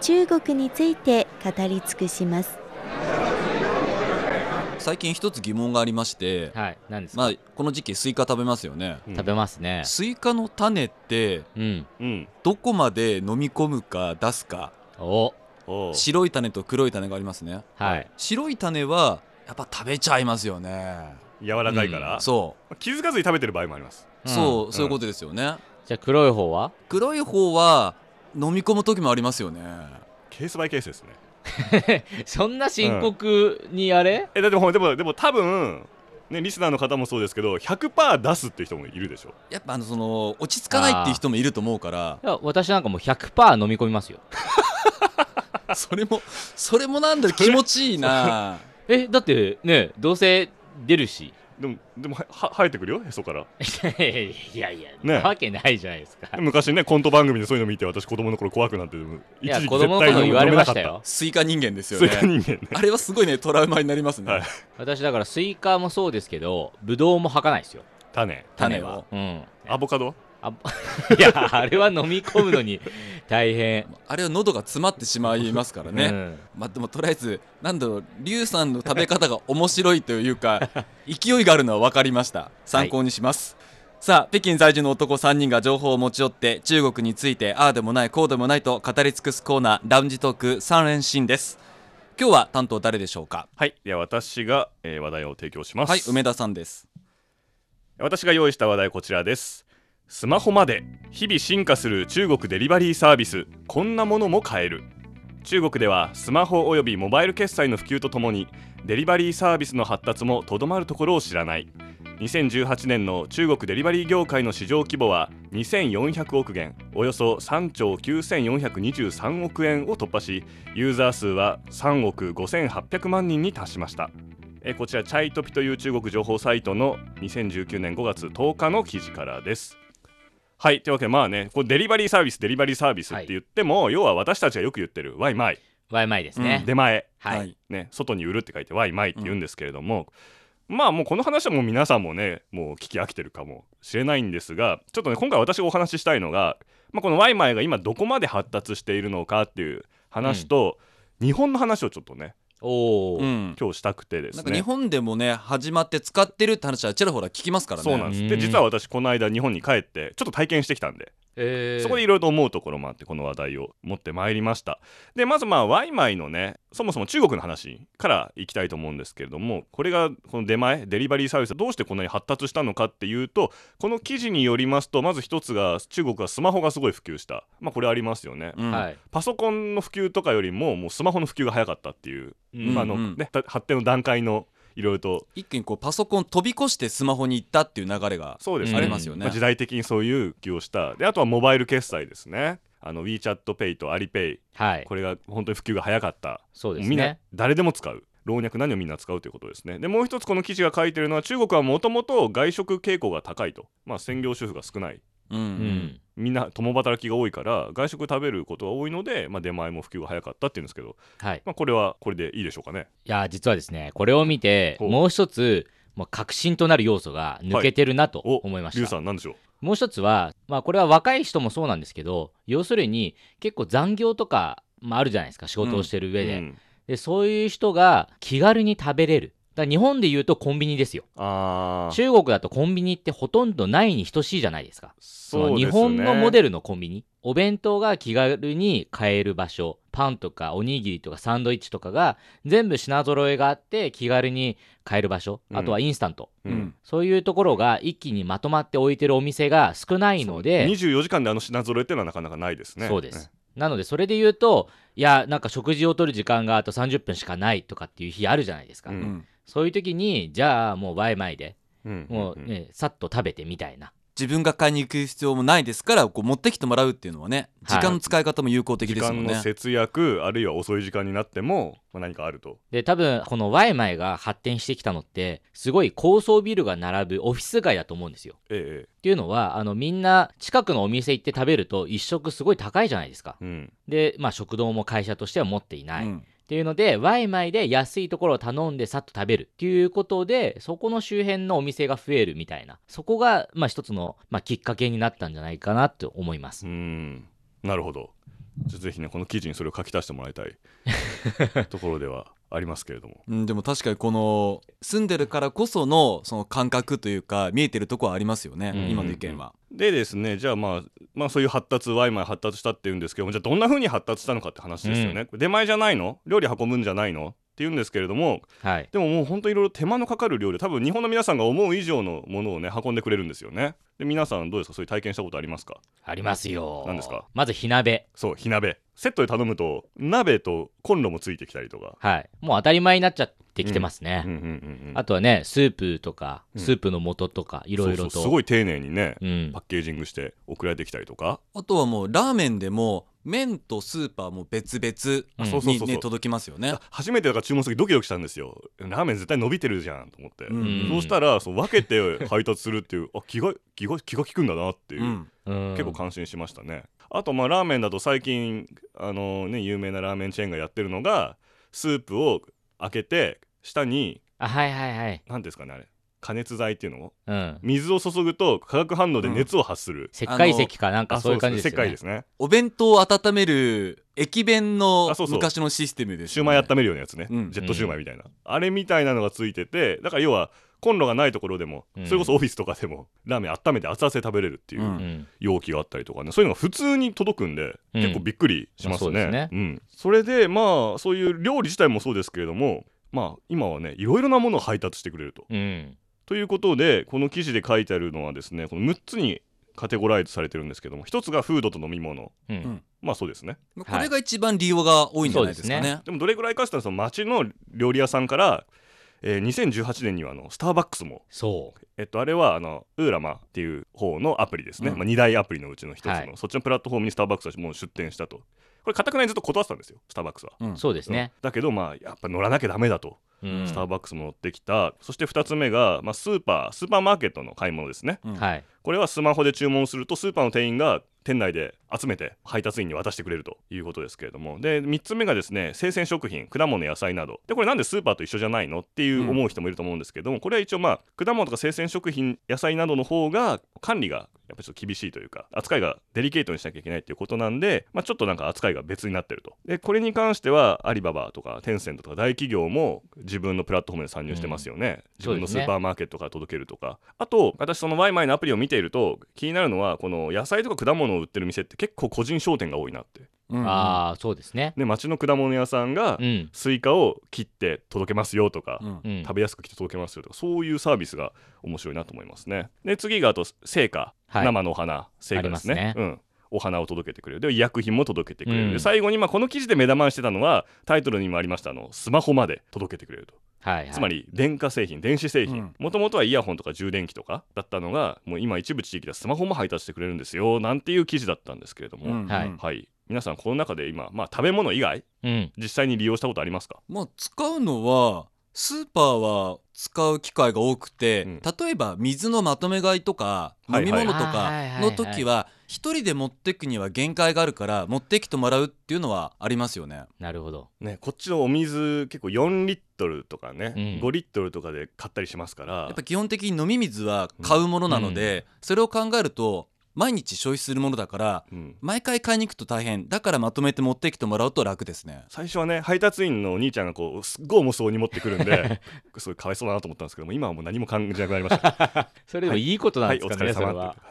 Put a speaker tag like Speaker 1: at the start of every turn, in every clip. Speaker 1: 中国について語り尽くします。
Speaker 2: 最近一つ疑問がありまして、
Speaker 3: はい、なんですか、
Speaker 2: まあ、この時期スイカ食べますよね、
Speaker 3: 食べますね。
Speaker 2: スイカの種って
Speaker 3: うん。
Speaker 4: うん。
Speaker 2: どこまで飲み込むか出すか
Speaker 3: お、
Speaker 4: おう
Speaker 2: 白い種と黒い種がありますね
Speaker 3: はい。
Speaker 2: 白い種はやっぱ食べちゃいますよね
Speaker 4: 柔らかいから、
Speaker 2: そ
Speaker 4: 気づかずに食べてる場合もあります。
Speaker 2: う、そううんそういうことですよね
Speaker 3: じゃあ黒い方は？
Speaker 2: 黒い方は飲み込む時もありますよね
Speaker 4: ケースバイケースですね。
Speaker 3: そんな深刻にあれ？
Speaker 4: え、だってもうでもでも多分ねリスナーの方もそうですけど、100%出すっていう人もいるでしょ。
Speaker 2: やっぱあのその落ち着かないっていう人もいると思う から
Speaker 3: いや私なんかもう100%飲み込みますよ。
Speaker 2: それもそれもなんだろう気持ちいいな
Speaker 3: え、だってね、どうせ出るし。
Speaker 4: でもでもはは生えてくるよへそから。
Speaker 3: いやいや、な
Speaker 4: ね
Speaker 3: わけないじゃないですか。
Speaker 4: 昔ねコント番組でそういうの見て私子供の頃怖くなってでも
Speaker 3: い
Speaker 4: 一
Speaker 3: や
Speaker 4: 時期
Speaker 3: 子供の
Speaker 4: 絶対
Speaker 3: 頃言
Speaker 4: に飲
Speaker 3: われ
Speaker 4: め
Speaker 3: ま
Speaker 4: な
Speaker 3: し
Speaker 4: かったた。
Speaker 3: よ。
Speaker 2: スイカ人間ですよ
Speaker 4: そうい
Speaker 2: ね
Speaker 4: う人間ね。
Speaker 2: あれはすごいねトラウマになりますね、
Speaker 4: はい
Speaker 3: 私だからスイカもそうですけど、ブドウも吐かないですよ。
Speaker 4: 種。
Speaker 2: 種を
Speaker 3: うん。
Speaker 4: アボカドは
Speaker 3: あ いやあれは飲み込むのに大変。
Speaker 2: あれは喉が詰まってしまいますから ね、
Speaker 3: うん
Speaker 2: まあでもとりあえずなんだろう龍さんの食べ方が面白いという か勢いがあるのは分かりました参考にします、さあ北京在住の男3人が情報を持ち寄って中国についてああでもないこうでもないと語り尽くすコーナーラウンジトーク3連進です今日は担当誰でしょうか
Speaker 4: はい。では私が、えー話題を提供します。
Speaker 2: はい梅田さんです
Speaker 4: 私が用意した話題はこちらですスマホまで日々進化する中国デリバリーサービスこんなものも買える中国ではスマホおよびモバイル決済の普及とともにデリバリーサービスの発達もとどまるところを知らない2018年の中国デリバリー業界の市場規模は2400億元およそ3兆9423億円を突破しユーザー数は3億5800万人に達しましたえーこちらチャイトピという中国情報サイトの2019年5月10日の記事からです。はいというわけでまあねこうデリバリーサービスデリバリーサービスって言っても、要は私たちがよく言ってる「ワイマイ
Speaker 3: ワイマイですね。
Speaker 2: うん
Speaker 4: 出前、
Speaker 3: はい、
Speaker 4: ね、外に売る」って書いて「ワイマイ」って言うんですけれども、まあもうこの話はもう皆さんもねもう聞き飽きてるかもしれないんですがちょっとね今回私がお話ししたいのが、まあ、このワイマイが今どこまで発達しているのかっていう話と、日本の話をちょっとね
Speaker 3: おお、
Speaker 2: うん
Speaker 4: 今日したくてです
Speaker 2: な
Speaker 4: ね。
Speaker 2: んか日本でもね始まって使ってるって話はちらほら聞きますからね
Speaker 4: そうなんです
Speaker 3: う
Speaker 4: で
Speaker 3: ん
Speaker 4: 実は私この間日本に帰ってちょっと体験してきたんで、
Speaker 3: えー
Speaker 4: そこでいろいろと思うところもあってこの話題を持ってまいりましたでまずまあワイマイのねそもそも中国の話からいきたいと思うんですけれどもこれがこの出前デリバリーサービスがどうしてこんなに発達したのかっていうとこの記事によりますとまず一つが中国はスマホがすごい普及したまあこれありますよね、
Speaker 2: うん
Speaker 3: はい。
Speaker 4: パソコンの普及とかよりももうスマホの普及が早かったっていう、
Speaker 3: うん
Speaker 4: まああの
Speaker 2: うん
Speaker 4: ね、た発展の段階のいろいろと
Speaker 2: 一気にこうパソコン飛び越してスマホに行ったっていう流れが
Speaker 4: そうです
Speaker 3: ん
Speaker 4: ね
Speaker 2: ありますよね、
Speaker 4: まあ、時代的にそういう気をしたであとはモバイル決済ですねあの WeChatPay と AliPay
Speaker 3: はい。
Speaker 4: これが本当に普及が早かった、
Speaker 3: そうです
Speaker 4: みんな
Speaker 3: ね。
Speaker 4: 誰でも使う老若男女みんな使うということですねでもう一つこの記事が書いてるのは中国はもともと外食傾向が高いと、まあ、専業主婦が少ない
Speaker 2: うんう
Speaker 3: うんん。
Speaker 4: みんな共働きが多いから外食食べることが多いので、まあ、出前も普及が早かったっていうんですけど、
Speaker 3: はい。
Speaker 4: まあ、これはこれでいいでしょうかね
Speaker 3: いや、実はですね、これを見て、
Speaker 4: ほう
Speaker 3: もう一つ、もう革新となる要素が抜けてるなと
Speaker 4: お
Speaker 3: 思いまし
Speaker 4: リュウ
Speaker 3: た。
Speaker 4: さんなんでしょう
Speaker 3: もう一つは、まあ、これは若い人もそうなんですけど、要するに、結構残業とか、まあ、あるじゃないですか、仕事をしてる上で。
Speaker 4: うん
Speaker 3: で、そういう人が気軽に食べれる。だから日本で言うとコンビニですよ。
Speaker 4: あー
Speaker 3: 中国だとコンビニってほとんどないに等しいじゃないですか。そ
Speaker 4: そう
Speaker 3: の
Speaker 4: です
Speaker 3: 日
Speaker 4: ね
Speaker 3: 本のモデルのコンビニお弁当が気軽に買える場所パンとかおにぎりとかサンドイッチとかが全部品揃えがあって気軽に買える場所、
Speaker 4: うん
Speaker 3: あとはインスタント
Speaker 2: う
Speaker 4: うんん
Speaker 3: そういうところが一気にまとまって置いてるお店が少ないので
Speaker 4: 24時間であの品揃えっていうのはなかなかないですね
Speaker 3: そうです。なのでそれで言うといやなんか食事をとる時間があと30分しかないとかっていう日あるじゃないですか、
Speaker 4: うん
Speaker 2: うん
Speaker 3: そういう時にじゃあもうワイマイで
Speaker 4: うん
Speaker 3: もう、ねさっと食べてみたいな
Speaker 2: 自分が買いに行く必要もないですからこう持ってきてもらうっていうのはね時間の使い方も有効的
Speaker 4: 時
Speaker 2: ですも
Speaker 4: 間
Speaker 2: んね、
Speaker 4: の節約あるいは遅い時間になっても、まあ、何かあると
Speaker 3: で多分このワイマイが発展してきたのってすごい高層ビルが並ぶオフィス街だと思うんですよ。
Speaker 4: え
Speaker 3: っていうのはあのみんな近くのお店行って食べると一食すごい高いじゃないですか
Speaker 4: え。うん
Speaker 3: で、まあ、食堂も会社としては持っていない。
Speaker 2: う
Speaker 3: っ
Speaker 2: ん
Speaker 3: ていうのでワイマイで安いところを頼んでさっと食べるっていうことでそこの周辺のお店が増えるみたいなそこが、まあ、一つの、まあ、きっかけになったんじゃないかなと思います
Speaker 4: う。んなるほどじゃあぜひねこの記事にそれを書き足してもらい たいところではありますけれども
Speaker 2: うんでも確かにこの住んでるからこそのその感覚というか見えてるとこはありますよね、
Speaker 3: うん
Speaker 2: 今の意見は、
Speaker 4: でですねじゃあまあまあそういう発達ワイマイ発達したっていうんですけどもじゃあどんな風に発達したのかって話ですよね、出前じゃないの料理運ぶんじゃないのって言うんですけれども
Speaker 3: はい、
Speaker 4: でももう本当にいろいろ手間のかかる料理多分日本の皆さんが思う以上のものをね運んでくれるんですよねで皆さんどうですかそういう体験したことありますか
Speaker 3: ありますよ。
Speaker 4: 何ですか
Speaker 3: まず火鍋。
Speaker 4: そう火鍋セットで頼むと鍋とコンロもついてきたりとか、
Speaker 3: はい。もう当たり前になっちゃってきてますね。
Speaker 4: うんうんうんうん
Speaker 3: あとはね、スープとか、
Speaker 4: うん
Speaker 3: スープの素とか、いろいろと。
Speaker 4: そうそうすごい丁寧にね
Speaker 3: うん
Speaker 4: パッケージングして送られてきたりとか
Speaker 2: あとはもうラーメンでも麺とスーパーも別々
Speaker 3: あそう
Speaker 4: そうそうそう
Speaker 2: にね届きますよね
Speaker 4: あ初めてだから注文する時ドキドキしたんですよラーメン絶対伸びてるじゃんと思って、
Speaker 2: うん
Speaker 3: ん
Speaker 4: そうしたらそう分けて配達するっていうあ気が気が気が利くんだなっていう、
Speaker 2: うん
Speaker 3: うん
Speaker 4: 結構感心しましたねあとまあラーメンだと最近あのね有名なラーメンチェーンがやってるのがスープを開けて下に
Speaker 3: あ、はいはいはい。
Speaker 4: 何ですかねあれ加熱剤っていうのを
Speaker 3: うん。
Speaker 4: 水を注ぐと化学反応で熱を発する、
Speaker 3: 石灰石かなんか
Speaker 4: あ
Speaker 3: そういう感じですよ
Speaker 4: 世
Speaker 3: ね。
Speaker 4: 界ですね
Speaker 2: お弁当を温める駅弁の
Speaker 4: あそうそう
Speaker 2: 昔のシステムです
Speaker 4: シュ
Speaker 2: よ
Speaker 4: ー
Speaker 2: ね、
Speaker 4: マイ温めるようなやつね、
Speaker 2: うん
Speaker 4: ジェットシューマイみたいな、あれみたいなのがついててだから要はコンロがないところでも、
Speaker 3: うん
Speaker 4: それこそオフィスとかでもラーメン温めて熱々で食べれるっていううん
Speaker 3: うん。
Speaker 4: 容器があったりとかねそういうのが普通に届くんで、
Speaker 3: うん
Speaker 4: 結構びっくりします
Speaker 3: まあそうです
Speaker 4: ね
Speaker 3: ね。
Speaker 4: うんそれでまあそういう料理自体もそうですけれどもまあ今はねいろいろなものを配達してくれると。
Speaker 3: うん。
Speaker 4: ということでこの記事で書いてあるのはですねこの6つにカテゴライズされてるんですけども1つがフードと飲み物
Speaker 3: うんん。
Speaker 4: まあそうですね
Speaker 2: まあこれが一番利用が多いんじゃないですか
Speaker 3: そうで
Speaker 2: ね。
Speaker 4: でもどれぐらいかしたらその町の料理屋さんから、えー2018年にはあのスターバックスも、
Speaker 3: そう。
Speaker 4: えっと、あれはあのウーラマっていう方のアプリですね、
Speaker 2: うん
Speaker 4: まあ、2大アプリのうちの1つの、
Speaker 3: はい
Speaker 4: そっちのプラットフォームにスターバックスはもう出店したとこれかたくなにずっと断ってたんですよスターバックスは。
Speaker 2: うん
Speaker 3: そうですね。
Speaker 4: うんだけどまあやっぱ乗らなきゃダメだと、
Speaker 3: うん。
Speaker 4: スターバックスも乗ってきたそして2つ目が、まあ、スーパースーパーマーケットの買い物ですね
Speaker 2: うん
Speaker 3: はい。
Speaker 4: これはスマホで注文するとスーパーの店員が店内で集めて配達員に渡してくれるということですけれどもで3つ目がですね生鮮食品果物野菜などでこれなんでスーパーと一緒じゃないのっていう思う人もいると思うんですけども、これは一応まあ果物とか生鮮食品野菜などの方が管理がやっぱりちょっと厳しいというか扱いがデリケートにしなきゃいけないっていうことなんで、まあ、ちょっとなんか扱いが別になってるとでこれに関してはアリババとかテンセントとか大企業も自分のプラットフォームで参入してますよね、自分のスーパースーパーマーケットから届けるとかあと私そのワイマイのアプリを見ていると気になるのはこの野菜とか果物を売ってる店って結構個人商店が多いなって
Speaker 2: うん
Speaker 3: ああ、そうですね。
Speaker 4: で町の果物屋さんが
Speaker 3: うん。
Speaker 4: スイカを切って届けますよとか、
Speaker 2: うん
Speaker 3: うん。
Speaker 4: 食べやすく切って届けますよとかそういうサービスが面白いなと思いますねで次があと生花、
Speaker 3: はい
Speaker 4: 生のお花生花ですね
Speaker 3: あります
Speaker 4: うんお花を届けてくれるで医薬品も届けてくれる、
Speaker 3: うん
Speaker 4: で最後に、まあ、この記事で目玉にしてたのはタイトルにもありましたあのスマホまで届けてくれると
Speaker 3: はいはい。
Speaker 4: つまり電化製品電子製
Speaker 2: う
Speaker 4: 品
Speaker 2: ん
Speaker 4: もともとはイヤホンとか充電器とかだったのがもう今一部地域ではスマホも配達してくれるんですよなんていう記事だったんですけれども、
Speaker 2: うん
Speaker 3: はい
Speaker 4: はい皆さんこの中で今、まあ、食べ物以外
Speaker 3: うん。
Speaker 4: 実際に利用したことありますか
Speaker 2: まあ使うのはスーパーは使う機会が多くて、
Speaker 4: うん
Speaker 2: 例えば水のまとめ買いとか
Speaker 4: は
Speaker 2: 飲
Speaker 4: いはい
Speaker 2: み物と
Speaker 3: あ
Speaker 2: か
Speaker 3: ーはいはいはい
Speaker 2: の時は一人で持ってくには限界があるから持ってきてもらうっていうのはありますよね。
Speaker 3: なるほど。
Speaker 4: ねこっちのお水結構4リットルとかね、
Speaker 3: うん
Speaker 4: 5リットルとかで買ったりしますから
Speaker 2: やっぱ基本的に飲み水は買うものなので、それを考えると毎日消費するものだから
Speaker 4: うん
Speaker 2: 毎回買いに行くと大変だからまとめて持ってきてもらうと楽ですね。
Speaker 4: 最初はね配達員のお兄ちゃんがこうすっごい重そうに持ってくるん ですごいかわいそうだなと思ったんですけども今はもう何も感じなくなりました
Speaker 3: それでもいいことなん
Speaker 4: は
Speaker 3: で
Speaker 4: い
Speaker 3: す
Speaker 4: お
Speaker 3: か
Speaker 4: 疲
Speaker 3: ね、
Speaker 4: れ
Speaker 3: それ
Speaker 4: 様
Speaker 3: は。
Speaker 4: っ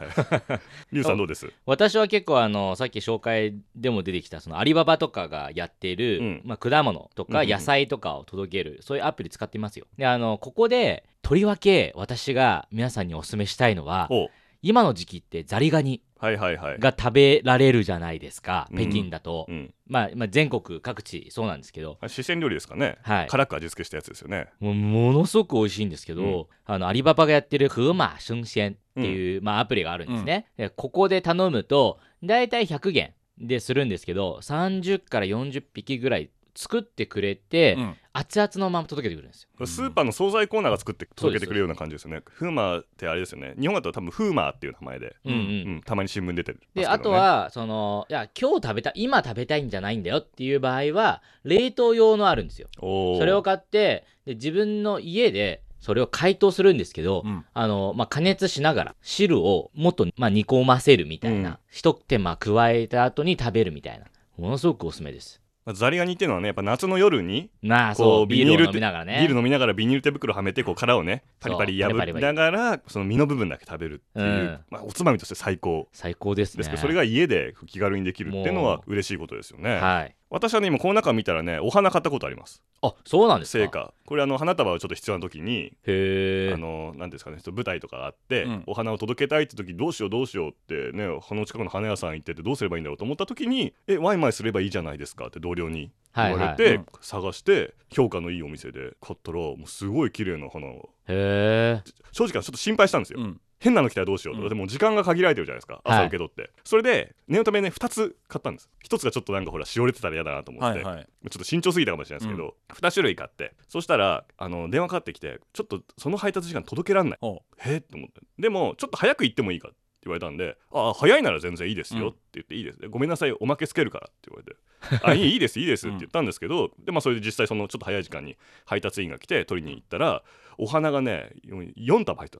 Speaker 4: てはいリュウさんどうです
Speaker 3: 私は結構あのさっき紹介でも出てきたそのアリババとかがやっている、
Speaker 4: うん
Speaker 3: まあ、果物と
Speaker 4: うん
Speaker 3: か
Speaker 4: うんうん
Speaker 3: 野菜とかを届ける、そういうアプリ使ってますよであのここでとりわけ私が皆さんにお勧めしたいのは
Speaker 4: おう
Speaker 3: 今の時期ってザリガニ
Speaker 4: はいはいはい。
Speaker 3: が食べられるじゃないですか、
Speaker 4: うん
Speaker 3: 北京だと、
Speaker 4: うん、
Speaker 3: まあ、まあ全国各地そうなんですけど、
Speaker 4: あれ四川料理ですかね。
Speaker 3: はい、
Speaker 4: 辛く味付けしたやつですよね。
Speaker 3: もうものすごく美味しいんですけど、
Speaker 4: うん
Speaker 3: あのアリババがやってる「フーマーシュンシェン」っていう、まあ、アプリがあるんですね、でここで頼むと大体100元でするんですけど30から40匹ぐらい作ってくれて、
Speaker 2: うん
Speaker 3: 熱々のまま届けてくるんですよ
Speaker 2: うん
Speaker 4: スーパーの惣菜コーナーが作って届けてくれるような感じですよね。フーマーってあれですよね。日本だと多分フーマーっていう名前で、
Speaker 2: うん
Speaker 3: うんうん
Speaker 4: うん、たまに新聞出てる、
Speaker 3: で、あと、は、その、いや、今日食べたい、今食べたいんじゃないんだよっていう場合は、冷凍用のあるんですよ。
Speaker 4: おー
Speaker 3: それを買って、で、自分の家で、それを解凍するんですけど、
Speaker 2: うん
Speaker 3: あの、まあ、加熱しながら、汁をもっと、まあ、煮込ませるみたいな、
Speaker 4: うん
Speaker 3: 一手間加えた後に食べるみたいな、ものすごくおすすめです。
Speaker 4: まあザリガニっていうのはね、やっぱ夏の夜に
Speaker 3: なあ、
Speaker 4: こ
Speaker 3: そうう、
Speaker 4: ビ
Speaker 3: ビ
Speaker 4: ニ
Speaker 3: ー
Speaker 4: ール
Speaker 3: ル
Speaker 4: っ
Speaker 3: を
Speaker 4: て
Speaker 3: 飲みながらね。
Speaker 4: ビール飲みながらビニール手袋はめてこう殻をねパリパリ
Speaker 3: そうパ
Speaker 4: 破
Speaker 3: リパ
Speaker 4: り
Speaker 3: リ
Speaker 4: ながらその身の部分だけ食べるっていう、
Speaker 3: うん
Speaker 4: まあ、おつまみとして最高
Speaker 3: 最高ですね。
Speaker 4: ですけど、それが家で気軽にできるっていうのは嬉しいことですよね、
Speaker 3: はい。
Speaker 4: 私はね今この中見たらねお花買ったことあります
Speaker 3: あ、そうなんですか。
Speaker 4: 成。果これあの花束をちょっと必要な時に
Speaker 3: へえ
Speaker 4: あ。のなんていうんですかねちょっと舞台とかがあって、
Speaker 2: うん
Speaker 4: お花を届けたいって時どうしようどうしようってねこの近くの花屋さん行っててどうすればいいんだろうと思った時に「えワイマイすればいいじゃないですか」って同僚に
Speaker 3: はい
Speaker 4: 言
Speaker 3: はい
Speaker 4: われて、
Speaker 2: うん
Speaker 4: 探して評価のいいお店で買ったらもうすごい綺麗な花を
Speaker 3: へえ。
Speaker 4: 正直ちょっと心配したんですよ、
Speaker 2: うん
Speaker 4: 変なの来たらどうしようと、
Speaker 2: うん
Speaker 4: でも時間が限られてるじゃないですか
Speaker 3: はい
Speaker 4: 朝受け取って、それで念のためね2つ買ったんです1つがちょっとなんかほらしおれてたら嫌だなと思って、
Speaker 2: はいはい
Speaker 4: ちょっと慎重すぎたかもしれないですけど、2種類買ってそしたらあの電話かかってきてちょっとその配達時間届けらんない
Speaker 2: ほ
Speaker 4: えっと思ってでもちょっと早く行ってもいいかって言われたんで「ああ早いなら全然いいです
Speaker 2: うん
Speaker 4: よ」って言って「いいです」ごめんなさいおまけつけるから」って言われて「あいいいいですいいです」って言ったんですけど、でまあそれで実際そのちょっと早い時間に配達員が来て取りに行ったらお花がね4束入った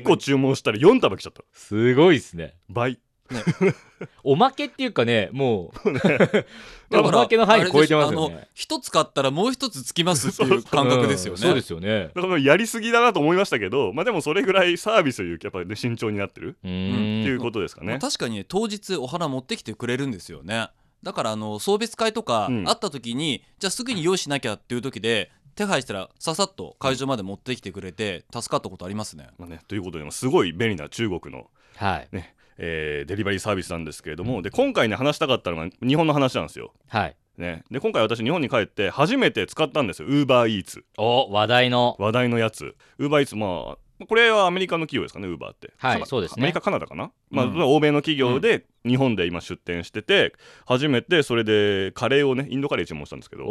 Speaker 4: 個注文したら4束来ちゃった
Speaker 3: すごいですね。
Speaker 4: 倍
Speaker 3: おまけっていうかね、もう、
Speaker 2: うだか
Speaker 3: お
Speaker 2: ら
Speaker 3: まけの範囲超えて
Speaker 2: あれです
Speaker 3: ますよ
Speaker 2: あの
Speaker 3: ね。
Speaker 2: 一つ買ったらもう 一つつきますっていう感覚ですよね
Speaker 3: うんそうですよね。
Speaker 4: だからやりすぎだなと思いましたけどまあでもそれぐらいサービスいうやっぱり、ね、慎重になって
Speaker 3: う
Speaker 4: るってい
Speaker 3: ん。
Speaker 4: うことですか
Speaker 2: まあ
Speaker 4: ね、
Speaker 2: 確かにね当日お花持ってきてくれるんですよねだからあの送別会とか
Speaker 4: うん
Speaker 2: あった時に、じゃあすぐに用意しなきゃっていう時で手配したらささっと会場まで持ってきてくれて助かったことありますね
Speaker 4: まあね、ということでもうすごい便利な中国の
Speaker 3: はい。
Speaker 4: えーデリバリーサービスなんですけれども、で今回ね話したかったのが日本の話なんですよ。
Speaker 3: はい。
Speaker 4: ね、で今回私日本に帰って初めて使ったんですよ UberEats
Speaker 3: お、話題の。
Speaker 4: 話題のやつ UberEats まあこれはアメリカの企業ですかね Uber って
Speaker 3: はい
Speaker 4: かな
Speaker 3: そうですね
Speaker 4: アメリカカナダかな、まあ
Speaker 2: うん
Speaker 4: 欧米の企業で日本で今出店してて、初めてそれでカレーをねインドカレー注文したんですけどい
Speaker 3: お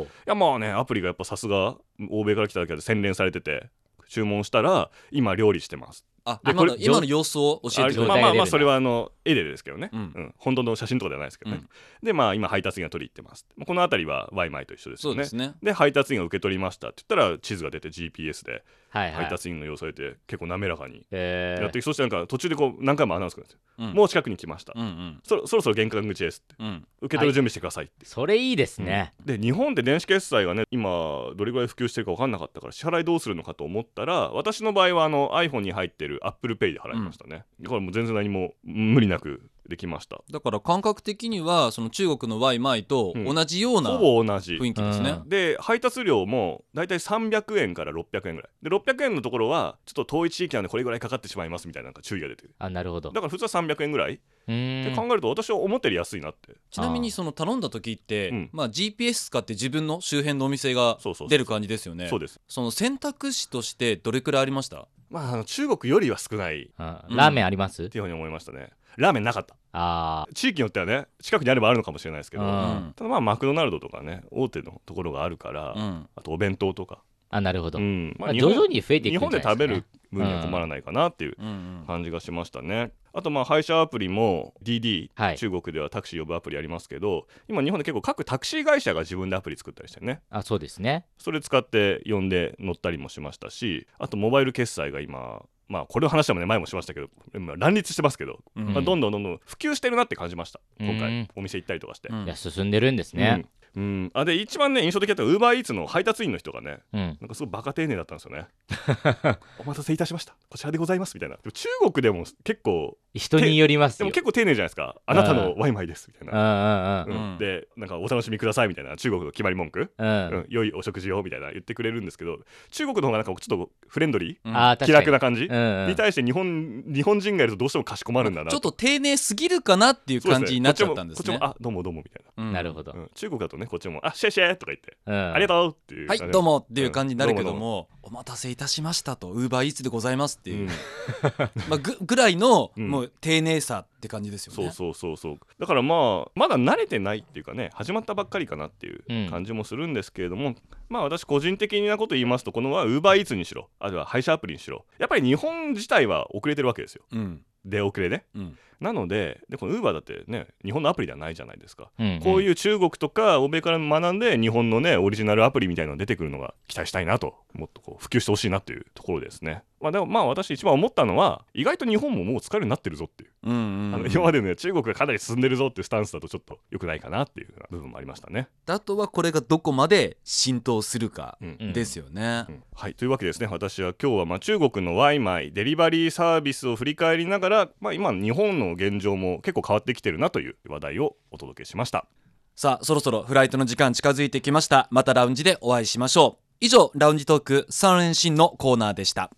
Speaker 3: お。
Speaker 4: やまあねアプリがやっぱさすが欧米から来ただけで洗練されてて注文したら今料理してます
Speaker 2: あ
Speaker 4: で
Speaker 2: 今
Speaker 4: こ
Speaker 2: の
Speaker 4: れ
Speaker 2: 今の様子を教えてく
Speaker 3: る
Speaker 2: れ
Speaker 4: ま
Speaker 2: た
Speaker 4: あ
Speaker 3: 状態
Speaker 4: ま
Speaker 3: が
Speaker 4: あ
Speaker 3: 出
Speaker 4: まあ
Speaker 3: る
Speaker 4: それはあの絵でですけどね、
Speaker 2: うん
Speaker 4: うん本当の写真とかではないですけどね、でまあ今配達員が取り行ってますまあこの辺りはワイマイと一緒です
Speaker 2: そ
Speaker 4: よ
Speaker 2: う
Speaker 4: ね
Speaker 2: ですね
Speaker 4: で配達員が受け取りましたって言ったら地図が出て GPS で
Speaker 3: はいは
Speaker 4: 配
Speaker 3: い。
Speaker 4: 達員の様子を得て結構滑らかに
Speaker 3: え
Speaker 4: や
Speaker 3: ー
Speaker 4: ってきて、そしてなんか途中でこう何回もアナウンスくるんですよ、
Speaker 2: うん
Speaker 4: もう近くに来ました、
Speaker 2: うんうん
Speaker 4: そろそろそろ玄関口ですって
Speaker 2: うん
Speaker 4: 受け取る準備してくださいって、
Speaker 3: それいいですね。
Speaker 4: で日本で電子決済がね今どれぐらい普及してるか分かんなかったから支払いどうするのかと思ったら私の場合はあの iPhone に入ってる ApplePay で払いましたね、だからもう全然何も無理なくできました
Speaker 2: だから感覚的にはその中国のワイマイと同じような
Speaker 4: ほ
Speaker 2: 雰
Speaker 4: ぼ同じ
Speaker 2: 囲気ですね、
Speaker 3: うん
Speaker 4: で配達料もだいたい300円から600円ぐらいで600円のところはちょっと遠い地域なんでこれぐらいかかってしまいますみたいななんか注意が出てる
Speaker 3: あ、なるほど
Speaker 4: だ。から普通は300円ぐらいっ
Speaker 3: う
Speaker 4: て
Speaker 3: ー
Speaker 4: 考
Speaker 3: ん。
Speaker 4: えると私は思ったより安いなって
Speaker 2: ちなみにその頼んだ時って、
Speaker 4: うん
Speaker 2: まあ、GPS 使って自分の周辺のお店が
Speaker 4: そうそうそう
Speaker 2: 出る感じですよね
Speaker 4: そうです
Speaker 2: その選択肢としてどれくらいありました
Speaker 4: まああの中国よりは少ないっ
Speaker 3: あ
Speaker 2: うん
Speaker 3: ラーメンあります、
Speaker 4: ていうふうに思いましたねラーメンなかった
Speaker 3: あ
Speaker 4: 地域によってはね近くにあればあるのかもしれないですけど
Speaker 3: うん
Speaker 4: ただまあマクドナルドとかね大手のところがあるから、
Speaker 2: うん
Speaker 4: あとお弁当とか、
Speaker 3: ーあ、なるほど。
Speaker 4: うん
Speaker 3: ま
Speaker 4: まあ
Speaker 3: あ、
Speaker 4: 日
Speaker 3: 徐
Speaker 4: 本
Speaker 3: 々に増えてい
Speaker 4: 日
Speaker 3: くん
Speaker 4: 本
Speaker 3: じゃ
Speaker 4: で
Speaker 3: ないですか、ね。
Speaker 4: 食べる分には困らないかなっていう
Speaker 2: うんうん
Speaker 4: 感じがしましたね。あとまあ配車アプリも DD、
Speaker 3: はい
Speaker 4: 中国ではタクシー呼ぶアプリありますけど今日本で結構各タクシー会社が自分でアプリ作ったりしてね
Speaker 3: あ、そうですね。
Speaker 4: それ使って呼んで乗ったりもしましたしあとモバイル決済が今まあこれの話でもね前もしましたけど今乱立してますけど、
Speaker 2: うん
Speaker 4: まあ、どんどんどんどん普及してるなって感じました今
Speaker 3: う
Speaker 4: 回
Speaker 3: ん
Speaker 4: お店行ったりとかして。
Speaker 2: うん
Speaker 3: いや、進んでるんですね。
Speaker 4: うんうん、あで一番ね印象的だったのはウーバーイーツの配達員の人がね
Speaker 3: うん、
Speaker 4: なんかすごいバカ丁寧だったんです よねお待たせいたしましたこちらでございますみたいなでも中国でも結構
Speaker 3: 人によります
Speaker 4: で
Speaker 3: よ
Speaker 4: も結構丁寧じゃないですかあなたのワイマイですみたいな、
Speaker 3: うんうんうん
Speaker 4: うんでなんかお楽しみくださいみたいな中国の決まり文句、
Speaker 3: うん
Speaker 4: うん良いお食事をみたいな言ってくれるんですけど中国の方がなんかちょっとフレンドリー、
Speaker 2: うん
Speaker 3: あー確かに
Speaker 4: 気楽な感じ、
Speaker 3: うんうん
Speaker 4: に対して日本日本人がいるとどうしてもかしこまるんだな
Speaker 2: ちょっと丁寧すぎるかなっていう
Speaker 4: そうです
Speaker 2: 感
Speaker 4: ね
Speaker 2: じになっちゃったんです
Speaker 4: こっち
Speaker 2: ね
Speaker 4: もこっちもあどうもどうもみたい
Speaker 2: うん
Speaker 3: なるほど、
Speaker 4: な、うん中国だとねこっちもあシェシェとか言って、
Speaker 3: うん、
Speaker 4: ありがとうっていう
Speaker 2: はいどう
Speaker 4: も
Speaker 2: もっていう感じになるけど
Speaker 4: うんどう
Speaker 2: もお待たせいたしましたとウーバーイーツでございますって
Speaker 4: う
Speaker 2: い
Speaker 4: ん
Speaker 2: うまあぐぐらいの
Speaker 4: うん
Speaker 2: もう丁寧さって感じですよ
Speaker 4: そう
Speaker 2: ね
Speaker 4: そうそうそうだからまあまだ慣れてないっていうかね始まったばっかりかなってい
Speaker 3: うん
Speaker 4: う感じもするんですけれども、まあ私個人的なこと言いますとこのはウーバーイーツにしろあるいは配車アプリにしろやっぱり日本自体は遅れてるわけですよ
Speaker 2: うん
Speaker 4: 出遅れね
Speaker 2: うん
Speaker 4: なのででこのウーバーだってね日本のアプリではないじゃないですか
Speaker 3: うんうん
Speaker 4: こういう中国とか欧米から学んで日本のねオリジナルアプリみたいなのが出てくるのが期待したいなともっとこう普及してほしいなというところですね。まあ、でもまあ私一番思ったのは意外と日本ももう疲れになってるぞっていう、
Speaker 2: うんうん
Speaker 4: あ
Speaker 2: う
Speaker 4: の
Speaker 2: ん
Speaker 4: 今までね中国がかなり進んでるぞっていうスタンスだとちょっと良くないかなっていうような部分もありましたね。
Speaker 2: あとはこれがどこまで浸透するか
Speaker 4: うん
Speaker 3: うん
Speaker 2: ですよね
Speaker 4: うんはいというわけでですね私は今日はまあ中国のワイマイデリバリーサービスを振り返りながら、まあ、今の日本の現状も結構変わってきてるなという話題をお届けしました。
Speaker 2: さあそろそろフライトの時間近づいてきましたまたラウンジでお会いしましょう以上ラウンジトーク3連新のコーナーでした